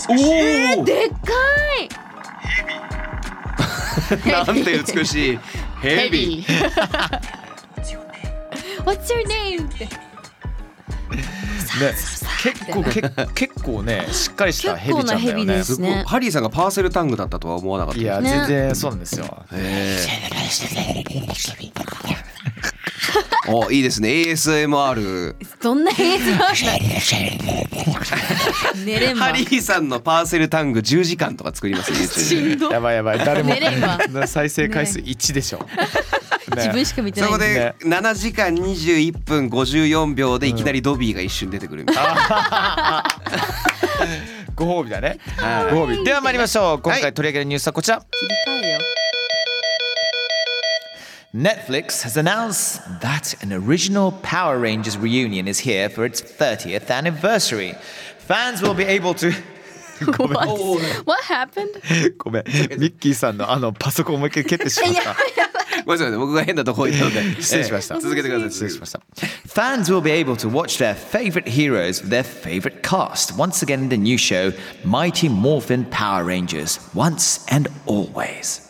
おお。でっかいなんて美しい。ヘビ。 What's your name? ってね結 構け結構ねしっかりしたヘビちゃんだ結構なヘよビねですすごいねハリーさんがパーセルタングだったとは思わなかった。いやね全然そうなんですよへー。おいいですね ASMR どんな映像なんだ寝れんハばリーさんのパーセルタング10時間とか作りますね YouTube しでんどやばいやばい誰も寝れんわ 再生回数1でし ょ、ね自分しか見てそないこんだでね7時間21分54秒でいきなりドビーが一瞬出てくるみたいな、ご褒美だねはいご褒美では参りましょう今は回い取り上げるニュースはこちら、切り替えよ Netflix has announced that an original Power Rangers reunion is here for its 30th anniversary fans will be able to ごめ ん What happened? ごめんミッキーさんのあのパソコン思いっきり蹴ってしまったごめんなさいね僕が変なとこ行ったので失礼しました ええ続けてください失礼しました Fans will be able to watch their favorite heroes with their favorite cast once again in the new show Mighty Morphin Power Rangers Once and Always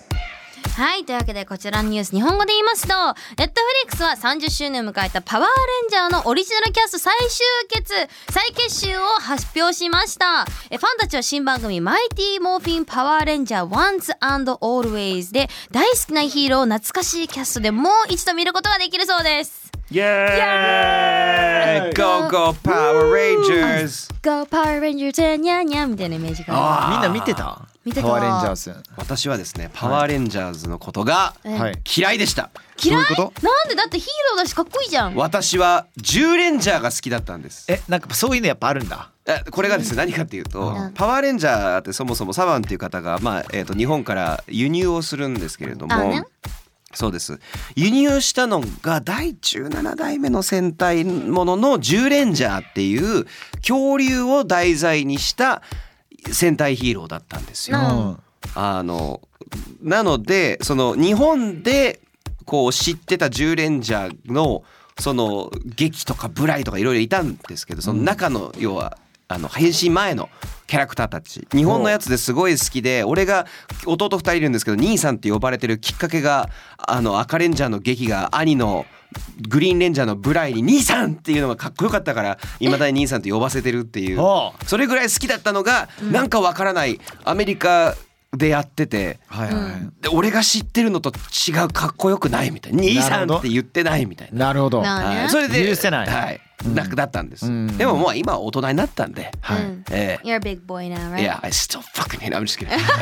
はいというわけでこちらのニュース日本語で言いますと Netflix は30周年を迎えた「パワーレンジャー」のオリジナルキャスト最終決再結集を発表しましたえファンたちは新番組「マイティモーフィンパワーレンジャー Once and Always」で大好きなヒーローを懐かしいキャストでもう一度見ることができるそうですイエーイ Go Go Power Rangers Go Power Rangers ニャーニャーみたいなイメージがあるみんな見てた見てたパワーレンジャーズ私はですねパワーレンジャーズのことがはい嫌いでした嫌いどういうことなんでだってヒーローだしかっこいいじゃん私は10レンジャーが好きだったんですえなんかそういうのやっぱあるんだえこれがですね何かっていうとうんパワーレンジャーってそもそもサバンっていう方が、まあえー、と日本から輸入をするんですけれどあもねそうです輸入したのが第17代目の戦隊ものの10レンジャーっていう恐竜を題材にした戦隊ヒーローだったんですよ。うんあのなのでその日本でこう知ってた10レンジャーのその劇とかブライとかいろいろいたんですけどその中の要はあの変身前のキャラクターたち日本のやつですごい好きで俺が弟2人いるんですけど兄さんって呼ばれてるきっかけがあの赤レンジャーの劇が兄のグリーンレンジャーのブライに「兄さん!」っていうのがかっこよかったからいまだに兄さんって呼ばせてるっていうはあそれぐらい好きだったのが、なんかわからないアメリカでやっててはいはい、で俺が知ってるのと違うかっこよくないみたいな「兄さん」って言ってないみたいな。なるほどなるほどはいそれで許せないはい、なくなったんです、うんでももう今は大人になったんで、はい、うんえ You're a big boy now, え right? いや、I still fucking hate. I'm just kidding.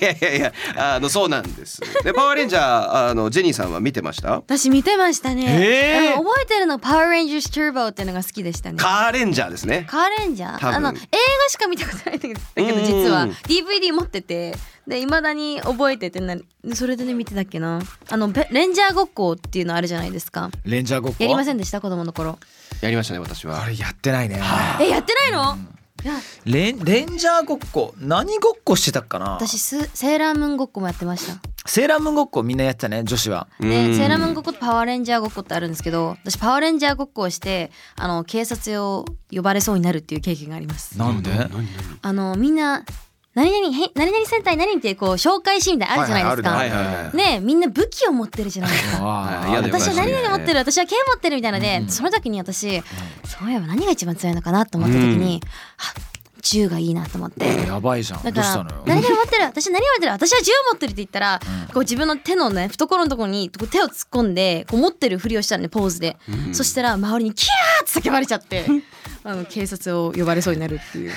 いやいやいや、あのそうなんです。で、パワーレンジャーあのジェニーさんは見てました？私見てましたね。えーでも覚えてるのパワーレンジャーズ・チューボっていうのが好きでしたね。カーレンジャーですね。カーレンジャー多分あの映画しか見たことないんだけどだけうどん実は DVD 持っててでいまだに覚えててなそれでね見てたっけなあのべレンジャーごっこっていうのあるじゃないですかレンジャーごっこやりませんでした子供の頃やりましたね、私はあ。れやってないねえやってないのいやレンレンジャーごっこ何ごっこしてたかな私スセーラームーンごっこもやってましたセーラームーンごっこみんなやってたね女子はうでんセーラームーンごっことパワーレンジャーごっこってあるんですけど私パワーレンジャーごっこをしてあの警察を呼ばれそうになるっていう経験がありますなんであのみんな何々へ何々戦隊何々ってこう紹介シーンみたいなのあるじゃないですか、ははいはいはい。ねえみんな武器を持ってるじゃないですかあいやでも私は何々持ってる。る私は剣持ってるみたいなので、その時に私、そういえば何が一番強いのかなと思った時に、あ銃がいいなと思って。ーやばいじゃんだどうかしらたのよ何々持ってる私は何々持ってる私は銃持ってるって言ったら、こう自分の手のね懐のところにこう手を突っ込んでこう持ってるふりをしたのねポーズで、そしたら周りにキャーって叫ばれちゃって あの警察を呼ばれそうになるっていう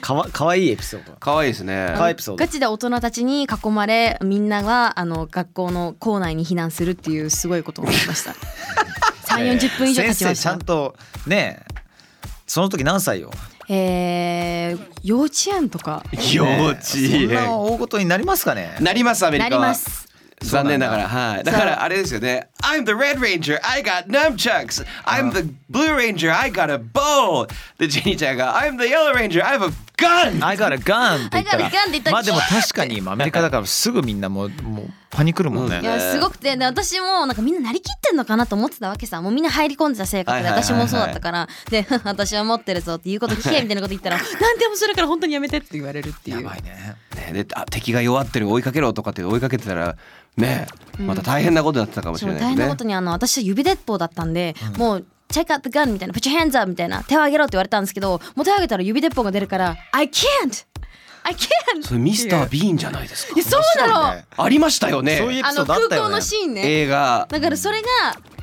かわかわいいエピソード可愛いですね。可愛いエピソードガチで大人たちに囲まれみんながあの学校の校内に避難するっていうすごいことを思いま した3四4 0分以上経先ちま生しちゃたんとねえその時何歳よえー、幼稚園とか幼稚そんな大ごとになりますかねなりますアメリカなはります残念ながらそはいだからあれですよね I'm the red ranger I got nunchucks I'm the blue ranger I got a bow でジェニーちゃんが I'm the yellow ranger I have a gun I got a gun って言ったら I got a gun って言ったらまあでも確かに今アメリカだからすぐみんなもうもうパニクるもんねいやすごくてで私もなんかみんななりきってんのかなと思ってたわけさもうみんな入り込んでた性格ではいはいはい私もそうだったからで私は持ってるぞっていうこと聞けみたいなこと言 ったらなんでもするから本当にやめてって言われるっていうやばいねねであ敵が弱ってる追いかけろとかって追いかけてたらねまた大変なことになってたかもしそうれない大変なでこすとねにあの私は指鉄砲だったんで、もう「チェックアップガン」みたいな「Put your hands up」みたいな「手を挙げろ」って言われたんですけどもう手を挙げたら指鉄砲が出るから「I can't! I can't!」それミスター・ビーンじゃないですかいやそうなの、ありましたよねそういうエピあソーのドあ空ったよね港のシーンね、映画だからそれが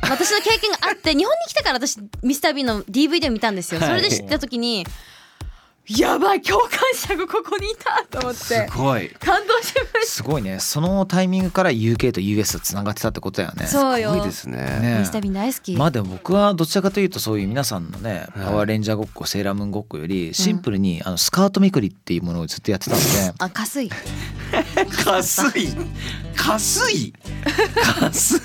私の経験があって日本に来てから私ミスタービーの DVD を見たんですよそれで知った時に、やばい共感者がここにいたと思っすてごい感動しましすごいねそのタイミングから UK と US とつながってたってことだよねたそうすごいよですねねミスタービー大好き、まあでも僕はどちらかというとそういう皆さんのねはいパワーレンジャーごっこセーラームーンごっこよりシンプルにあのスカートめくりっていうものをずっとやってたのであかすいかすいかすいかす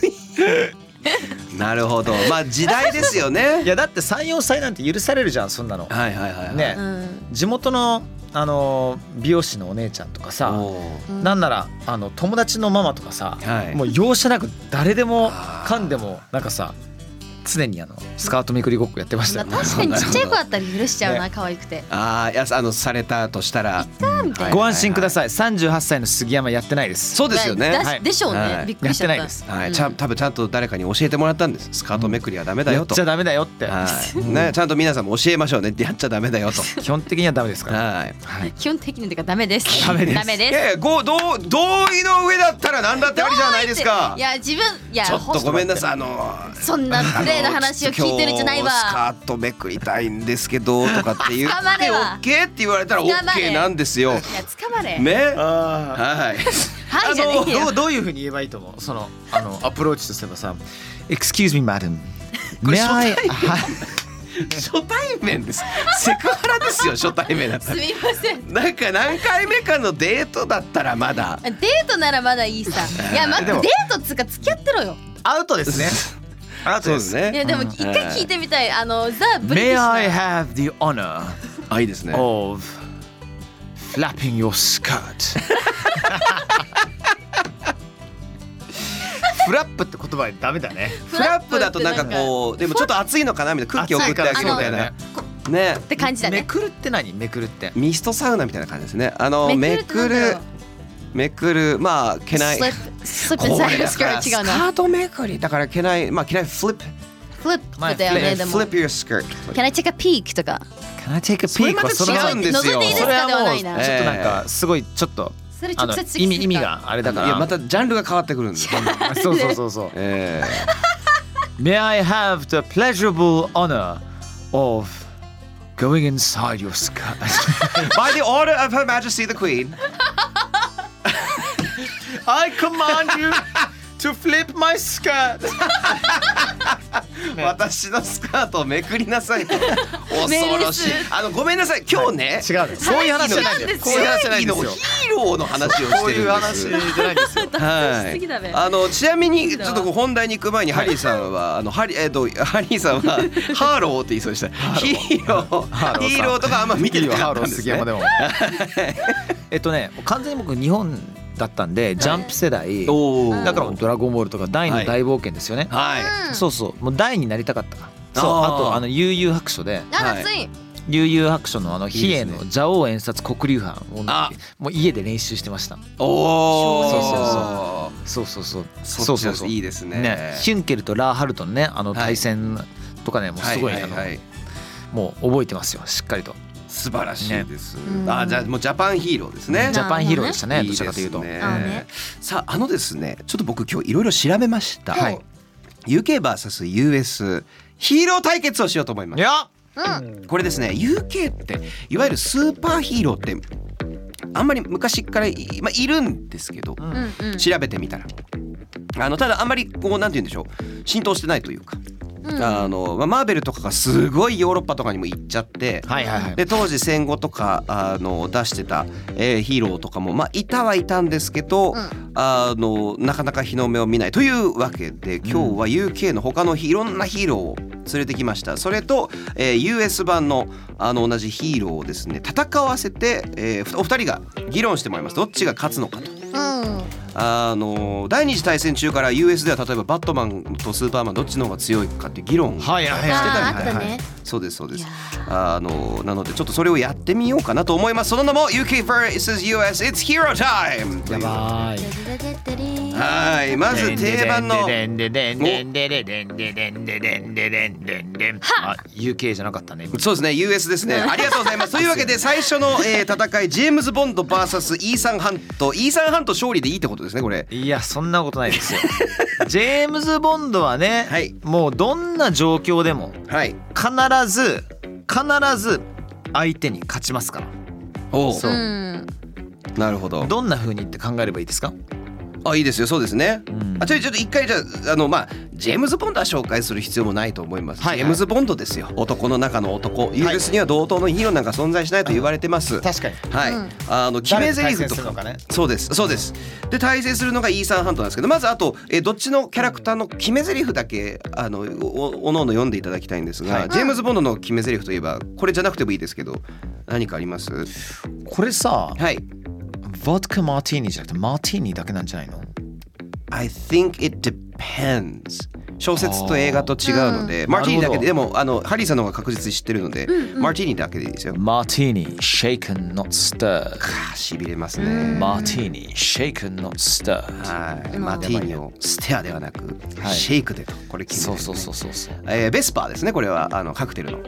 いなるほどまあ時代ですよねいやだって34歳なんて許されるじゃんそんなのはいはいはいはいねうん地元のあの美容師のお姉ちゃんとかさおーうんなんならあの友達のママとかさはいもう容赦なく誰でもかんでもなんかさ常にあのスカートめくりごっこやってましたよねまあ確かにちっちゃい子だったら許しちゃうな、可愛くてああやあのされたとしたらみたいなご安心くだいさい38歳の杉山やってないですそうですよねだはいでしょうね、はいびっくりしちゃったやってないですはいちゃん多分ちゃんと誰かに教えてもらったんですスカートめくりはダメだやよっとちゃダメだよってはいねちゃんと皆さんも教えましょうねやっちゃダメだ よと基本的にはダメですからはい基本的にてかダメですダメですダメいですやいやご同同意の上だったら何だってありじゃないですかいや自分いやちょっとごめんなさいあのそんなプレーの話を聞いてるんじゃないわあのちょっと今日スカートめくりたいんですけどとかって言っ捕まてれオわッケーって言われたらオ捕まッれケーなんですよ。いや捕まれ、ね。あはい。はいじゃねえよどうどういうふうに言えばいいと思うそのあのアプローチとすればさ「Excuse me madam」May I- 初対面です。セクハラ ですよ初対面だったすら。みませんなんか何回目かのデートだったらまだ。デートならまだいいさ。いや、まデートっつうか付き合ってろよ。アウトですねアウトそうでですすいね。やでも一回聞いてみたい。あのザブリティッシュ May な I have the honor あいいですね。 of flapping your skirt フラップって言葉ダメだねフラップだとなんかこうでもちょっと暑いのかなみたいな空気送ってあげるみたいあなのねって感じだめねくるって何めくるってミストサウナみたいな感じですねあのめくるめくるまあけないスリップスリップこサイれドだスかカらーストカ違うなートめくりだからけないまあけないフリップフリップだよねでも flip your skirt Can I take a peek とか Can I take a それまた peek? それは違うんです覗いよていいですそれかはではもなういちょなっとなんかすごいちょっとそれあ直の接的意味意味があれだいからやまたジャンルが変わってくるんでそうそうそうそうええ May I have the pleasurable honor of going inside your skirt By the order of Her Majesty the Queen I command you to flip my skirt 私のスカートをめくりなさ いと恐ろしいあのごめんなさい今日ね違うのそういう話じゃないんだよこういう話じゃないん正です義のよヒーローの話をしてるんですこういう話じゃないんですよはい次だねあのちなみにちょっとこう本題に行く前にハリーさんはあのハリえっとハリーさんはハーローって言いそうでした。ヒーローヒーローとかあんま見てなかハっーたロんーです杉ね山。でも えっとね完全に僕日本だったんでジャンプ世代おーだからドラゴンボールとか大の大冒険ですよねはそうそうもう大になりたかったからそうあーあとあの悠々白書であ熱い悠々白書のあのい比で叡すねの蛇王演札黒竜藩をあもう家で練習してましたい。おお。そうそうそうそうそうそうそっちそのうそういいですね。ねヒュンケルとラーハルトのねあの対戦とかねもうすごいはあはのはもう覚えてますよしっかりと素晴らしいです。ねあじゃあもうジャパンヒーローですね。ジャパンヒーローでしたねいいどでちすらかというとねあねさああのですねちょっと僕今日いろいろ調べました、はい、 UKVSUS ヒーロー対決をしようと思いまいすやうんこれですね UK っていわゆるスーパーヒーローってあんまり昔からい,、まあ、いるんですけど、うんうん調べてみたらあのただあんまりこうなんて言うんでしょう浸透してないというか、うんあのまあマーベルとかがすごいヨーロッパとかにも行っちゃって、はいはいはいで当時戦後とかあの出してた、えーヒーローとかも、まあ、いたはいたんですけど、うんあのなかなか日の目を見ないというわけで今日は UK の他のいろんなヒーローを連れてきましたそれと、えー US 版のあの同じヒーローをですね戦わせて、えーふお二人が議論してもらいますどっちが勝つのかと。うんあの第二次大戦中から US では例えばバットマンとスーパーマンどっちの方が強いかっていう議論をはいはいしはてたありーあったねそうですそうでいすやあのなのでちょっとそれをやってみようかなと思いますその名も UKVSUS It's Hero Time いやばーいはいまず定番のでんででんでんでんでんでんでんでんでんでんでんでんでんでんあ UK じゃなかったねそうですね US ですねありがとうございますというわけで最初の、えー戦いジェームズ・ボンド VS イーサン・ハントイーサン・ハント勝利でいいってことですねこれいやそんなことないですよジェームズ・ボンドはね、はいもうどんな状況でもはい必ず必ず相手に勝ちますからおそううんなるほどどんな風にって考えればいいですかあいいですよそうですね、んあちょいちょっと一回じゃああのまあジェームズ・ボンドは紹介する必要もないと思います、はいはいジェームズ・ボンドですよ男の中の男 US には同等のヒーローなんか存在しないと言われてます、確かにはい、うんあの決め台詞誰と対戦とするかのかねそうですそうですで対戦するのがイーサン・ハントなんですけどまずあと、えーどっちのキャラクターの決め台詞だけあのおおおのおの読んでいただきたいんですが、はいジェームズ・ボンドの決め台詞といえばこれじゃなくてもいいですけど何かありますこれさはい Vodka Martini じゃなくてマーティーニだけなんじゃないの I think it depends 小説と映画と違うので、うんマーティーニだけででなもあのハリーさんの方が確実に知ってるので、マーティーニだけでいいですよマーティーニ shaken not stirred あしびれますね、マーティーニ shaken not stirred はいマーティーニをステアではなく、はいシェイクでとこれ決めてそるうねそうそうそうそうえーベスパーですねこれはあのカクテルの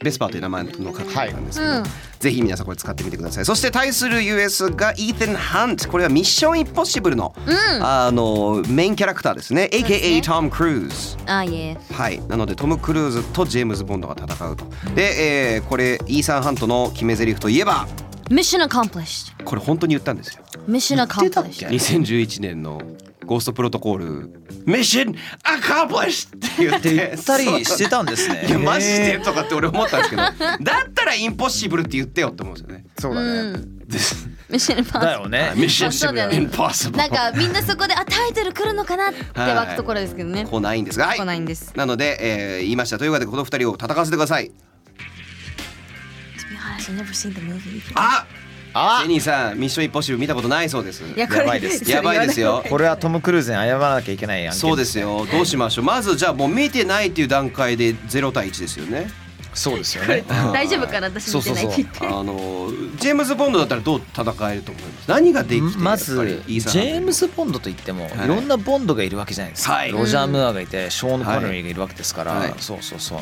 ベスパーという名前のカクテルなんですけど、はいうんぜひ皆さんこれ使ってみてくださいそして対する US がイーテン・ハントこれはミッション・インポッシブルの,、あのメインキャラクターですね AKA トム・クルーズあいえはい、なのでトム・クルーズとジェームズ・ボンドが戦うとで、えーこれイーサン・ハントの決め台詞といえば Mission accomplished これ本当に言ったんですよ Mission 出たっ accomplished け2011年のゴーストプロトコール「ミッション・アカンプリッシュ!」って言って言ったりしてたんですねいやマジでとかって俺思ったんですけどだったらインポッシブルって言ってよって思うんですよね。そううだね、ん Mission impossible だよねミッションあそうだよねインポッシブルなんかみんなそこであタイトル来るのかなって湧くところですけどね来ないんですが、は来ないんですなので、えー言いましたというわけでこの二人を戦わせてください。 To be honest, I've never seen the movie. ああジェニーさんミッションインポッシブル見たことないそうですやこればいですそれやばいです言わよないこれはトム・クルーズに謝らなきゃいけない案件そうですよどうしましょうまずじゃあもう見てないっていう段階で0対1ですよねそうですよね。大丈夫かな私見てないって言ってあのジェームズ・ボンドだったらどう戦えると思います何ができてまやっぱずりジいいさなェームズ・ボンドといっても、はいい、ろんなボンドがいるわけじゃないですか、はいロジャー・ムーアがいてショーン・コネはリーがいるわけですから、はいそうそうそう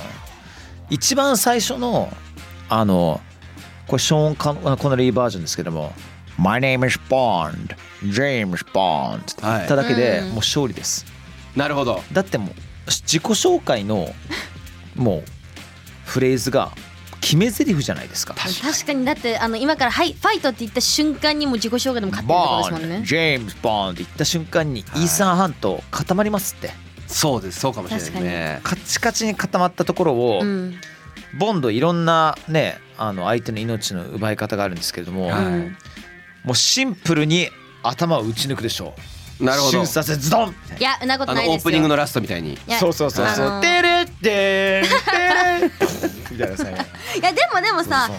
一番最初のあのこれショーンカン・コネリーバージョンですけども「My name is Bond James Bond」って言っただけでうんもう勝利です、なるほどだってもう自己紹介のもうフレーズが決め台詞じゃないですか確かにだってあの今から「はいファイト」って言った瞬間にもう自己紹介でも勝ってるってことでボすもんーン、ねジェームズ・ボーンって言った瞬間にイーサン・ハント固まりますってそうですそうかもしれないねカチカチに固まったところを、うんボンドいろんなねあの相手の命の奪い方があるんですけれども、はもうシンプルに頭を打ち抜くでしょうなるほど瞬殺でズドンいやんなことあなのいオでーすプニングよのラストみたいにいやそうそうそうあそのーう「テレッテーンテレッ」みたいな最後いやでもでもさイーサンそハう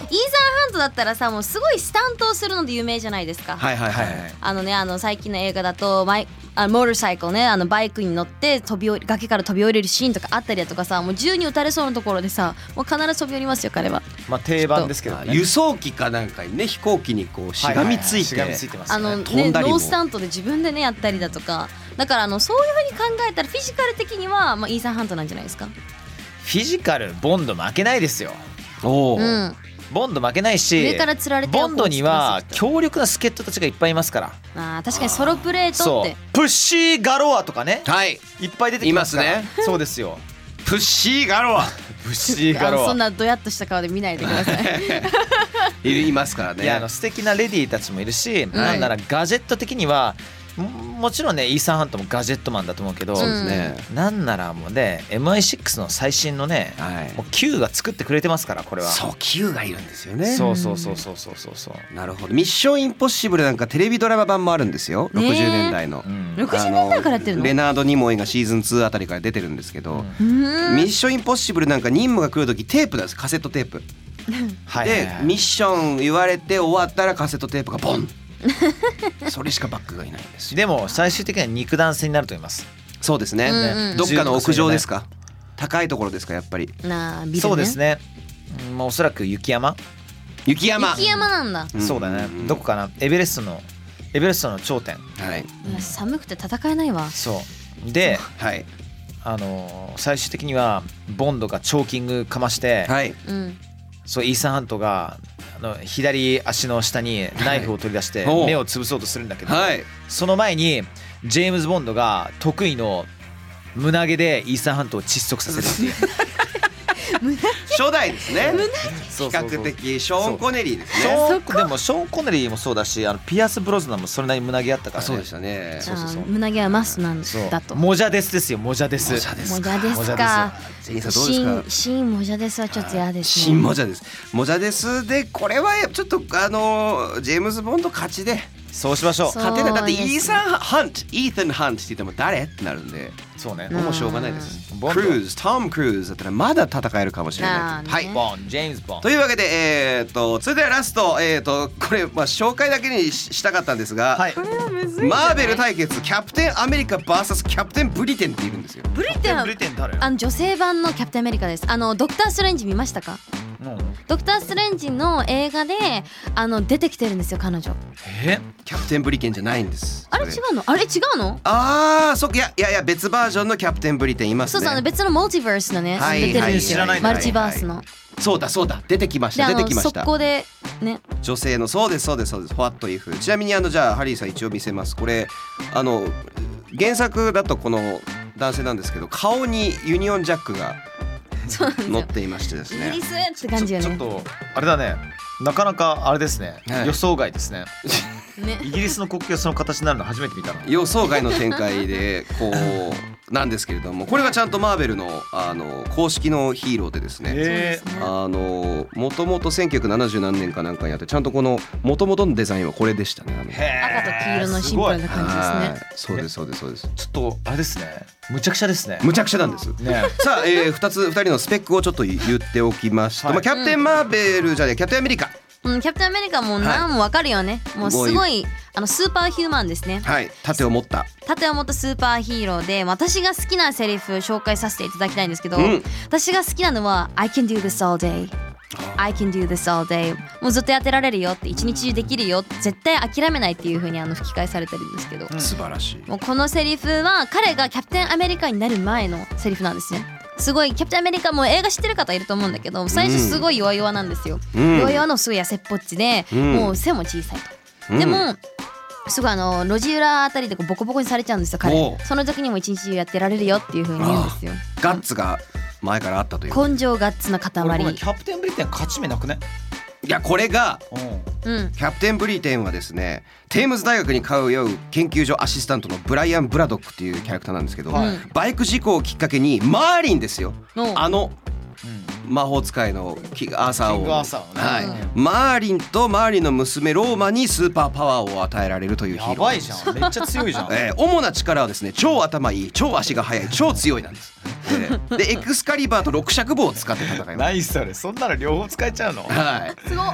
ントだったらさもうすごいスタントをするので有名じゃないですかはいはいはいはいあのねあの最近の映画だとマイあモーターサイクルねあのバイクに乗って飛び降り崖から飛び降りるシーンとかあったりだとかさもう銃に撃たれそうなところでさもう必ず飛び降りますよ彼はまあ定番ですけどあね輸送機かなんかにね飛行機にこうしがみついて、はいはいはいしがみついてますあよのねね飛んだりもノースタントで自分でねやったりだとかだからあのそういうふうに考えたらフィジカル的には、まあ、イーサン・ハントなんじゃないですかフィジカルボンド負けないですよおお、うんボンド負けないし上から釣られてボンドにはこう強力な助っ人たちがいっぱいいますからあー確かにソロプレートっそてうプッシー・ガロアとかねはいいっぱい出てきますからいまそうですよプッシーガロアプッシー・あガのロそアんなドヤっとした顔で見ないでくださ いいいますからねいやあの素敵なレディーたちもいるし、なんならガジェット的にはももちろんねイーサン・ハントもガジェットマンだと思うけどそうですねなんならもうね MI6 の最新のね、はいもう Q が作ってくれてますからこれはそう Q がいるんですよねそうそうそうそうそうそうそうなるほどミッションインポッシブルなんかテレビドラマ版もあるんですよねえ60年代の、うん60年代からやってるのレナード・ニモイがシーズン2あたりから出てるんですけど、うーんミッションインポッシブルなんか任務が来る時テープなんですカセットテープ、はいはいではいミッション言われて終わったらカセットテープがボンそれしかバックがいないんですよでも最終的には肉弾戦になると思いますそうですね、うんうんどっかの屋上ですか高いところですかやっぱりなあビル、ね、そうですねうんまあおそらく雪山、雪山雪山なんだ、うんそうだねうんどこかなエベレストのエベレストの頂点はいいや寒くて戦えないわそうではいあのー最終的にはボンドがチョーキングかまして、はいうんそうイーサン・ハントがあの左足の下にナイフを取り出しておう目を潰そうとするんだけど、はいその前にジェームズ・ボンドが得意の胸毛でイーサン・ハントを窒息 させるっていう初代で すね比そうそうそう較的ショーン・コネリーですシねョーンでもショーン・コネリーもそうだしあのピアス・ブロズナンもそれなりに胸毛あったから、あね、そうでしたねそうそうそうあー胸毛はマストなんそうだとモジャデスですよモジャデスモジャデスもじゃでもすじゃかジェニーさんどうシーでンすかシーンもじゃですはちょっと嫌ですね新モジャですモジャですでこれはちょっとあのジェームズ・ボンド勝ちでそうしましょうそう勝てないだってイですねーサン・ハントイーサン・ハントって言っても誰ってなるんでそうねもうしょうがないですうんクルーズトム・クルーズだったらまだ戦えるかもしれなあないねはいボンジェームズ・ボンというわけで、えー、とそれではラスト、えー、とこれ、まあ、紹介だけにししたかったんですが、はいマーベル対決キャプテンアメリカ VS キャプテンブリテンっているんですよ。ブリテンはブリテン誰あの女性版のキャプテンアメリカですあのドクター・ストレンジ見ましたかうんドクター・ストレンジの映画であの出てきてるんですよ彼女えキャプテンブリテンじゃないんです。あれ違そうのあれ違うのああそっかいやいやいや別バージョンのキャプテンブリテンいますそね。うそうあの別のマルチバースのねはい出てるんですよはい知らないんだマルチバースのそうだそうだ出てきましであた出てのきました速。攻でね女性のそうですそうですそうです。ファットイフ。ちなみにあのじゃあハリーさん一応見せます。これあの原作だとこの男性なんですけど顔にユニオンジャックがそうなんです乗よっていましてですイギねリ。スって感じよちょちょねっとあれだねなかなかあれですね、はい予想外ですねねイギリスの国旗がその形になるの初めて見たの予想外の展開でこうなんですけれどもこれがちゃんとマーベルのあの公式のヒーローでですね。えあのもともと1970何年かなんかにあってちゃんとこのもともとのデザインはこれでしたね。あの赤と黄色のシンプルな感じはですねいそうですそうですそうです。ちょっとあれですねむちゃくちゃですねむちゃくちゃなんです。ねさあ、えー、2つ二人のスペックをちょっと言っておきました、はいまあ、キャプテン・マーベルじゃねキャプテン・アメリカうん、キャプテンアメリカも何もわかるよね、もうすごいあのスーパーヒューマンですねはい盾を持った盾を持ったスーパーヒーローで私が好きなセリフ紹介させていただきたいんですけど、うん私が好きなのは「I can do this all day」I can do this all day もうずっとやってられるよって一日中できるよ絶対諦めないっていう風にあの吹き替えされてるんですけど、素晴らしいもうこのセリフは彼がキャプテンアメリカになる前のセリフなんですねすごいキャプテンアメリカも映画知ってる方いると思うんだけど最初すごい弱々なんですよ、ん弱々のすごい痩せっぽっちで、んもう背も小さいと、でもすごいあの路地裏あたりでこうボコボコにされちゃうんですよお彼うその時にも一日中やってられるよっていう風に言うんですよガッツが前からあったという根性ガッツの俺塊ごめんキャプテンブリテン勝ち目なくねいやこれがうんうんキャプテンブリテンはですねテームズ大学に通う研究所アシスタントのブライアン・ブラドックっていうキャラクターなんですけど、はいバイク事故をきっかけにマーリンですよおうあの魔法使いのキングアーサーキングアーサをーをねはいマーリンとマーリンの娘ローマにスーパーパワーを与えられるというヒーロやーばいじゃんめっちゃ強いじゃん えー主な力はですね超頭いい超足が速い超強いなんです、えーでエクスカリバーと六尺棒を使って戦います何それそんなの両方使えちゃうのはいすご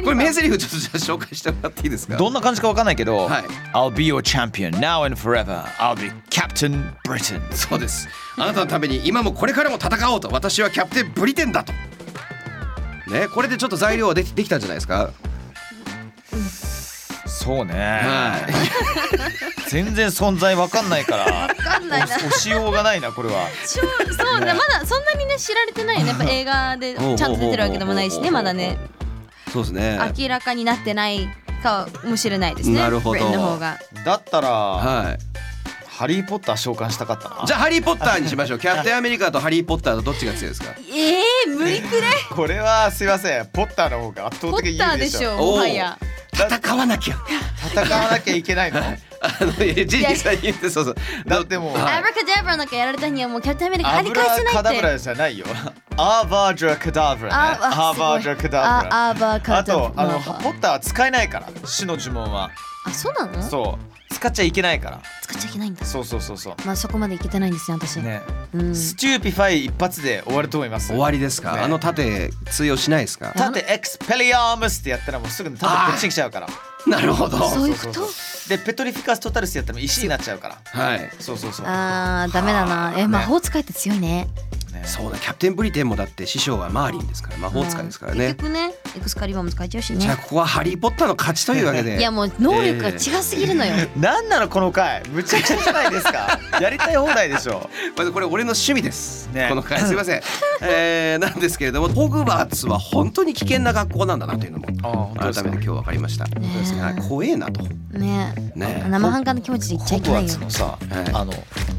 い これ名台詞ちょっとじゃあ紹介してもらっていいですかどんな感じかわかんないけど、はい I'll be your champion now and forever I'll be Captain Britain そうですあなたのために今もこれからも戦おうと私はキャプテンブリテンだとねこれでちょっと材料はできできたんじゃないですかそうね、はい全然存在わかんないから分かんないな押しようがないなこれはそうそうねまだそんなにね知られてないよねやっぱ映画でちゃんと出てるわけでもないしねまだねそうですね明らかになってないかもしれないですね。なるほどブレンの方が。だったら、はいハリー・ポッター召喚したかったなじゃあハリー・ポッターにしましょうキャプテンアメリカとハリー・ポッターとどっちが強いですかええ無理くれ。これはすいませんポッターの方が圧ポ倒的にッ有ター利ででししょょ。おうもはや。戦わなきゃ戦わなきゃいけないのあのジェニーさんに言ってそうそうだってもうアブラカデブラなんかやられたにはもうキャプテンアメリカア張りブ返ラせカないダっブて。ラじゃないよアーバージャカダブラねアーバージャカダブラあ、アーバーカあダブとあのラ。ポッターは使えないから死の呪文はあ、そうなの？そう使っちゃいけないから使っちゃいけないんだ。そうそうそうそまあそこまでいけてないんですね私。うね、うん。スチューピファイ一発で終わると思います終わりですか、ねあの盾通用しないですか縦エクスペリアームスってやったらもうすぐに縦こっちに来ちゃうからなるほどそういうことそうそうそうでペトリフィカストタルスやったら石になっちゃうからはいそうそうそうあーダメだな。え、魔法使いって強いね。ねそうだキャプテンブリテンもだって師匠はマーリンですから魔法使いですからうんね結、局ね、エクスカリバーも使えちゃうしじゃあね。ここはハリー・ポッターの勝ちというわけでいやもう能力が違すぎるのよ。なんなのこの回むちゃくちゃじゃないです かやりたい放題でしょまずこれ俺の趣味です、ねこの回すい ません、えー、なんですけれどもホグワーツは本当に危険な学校なんだなというのもあ本改めて今日分かりました、当ですかはい怖えなとね。ね生半可な気持ちで言っちゃホいけグなワいーよツ。のさ、はいあの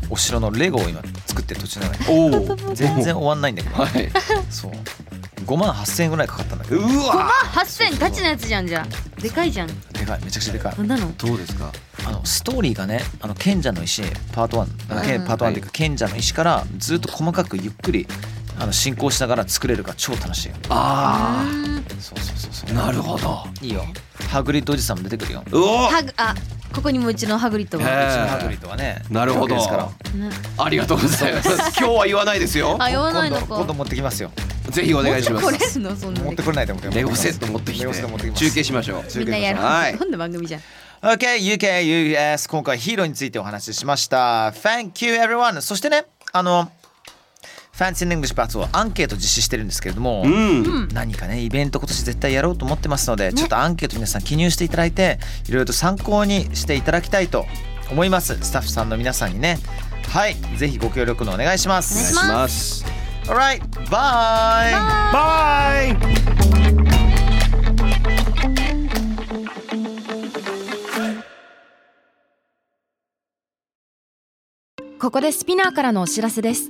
お城のレゴを今作ってる途中なのにおお全然終わんないんだけど、はい、そう5万8千円ぐらいかかったんだけうどわ八千ガチのやつじゃんじゃあでかいじゃんでかいめちゃくちゃでかいそんなの？どうですかあのストーリーがねあの賢者の石パート1、はいけパート1っていうか賢者の石からずっと細かくゆっくりあの進行しながら作れるから超楽しいよあそうそうそうそあなるほどういいよハグリッドおじさんも出てくるようおハグあここにもうちのハグリッドへが。えハグリッドはねなるほどですからありがとうございます 今日は言わないですよあ言わない今の度か。今度持ってきますよぜひお願いしまこれするのそんな持ってこれないと思うけどレゴセット持ってきてレゴセット持ってきます中継しましょうみんなやる。はいどんな番組じゃん。 OK UK US 今回ヒーローについてお話ししました Thank you everyone そしてねあの Fancy in English Battle アンケート実施してるんですけれども、うん何かねイベント今年絶対やろうと思ってますので、ちょっとアンケート皆さん記入していただいていろいろと参考にしていただきたいと思いますスタッフさんの皆さんにねはいぜひご協力のお願いしますお願いししまます。 Alright bye. Bye. Bye ここでスピナーからのお知らせです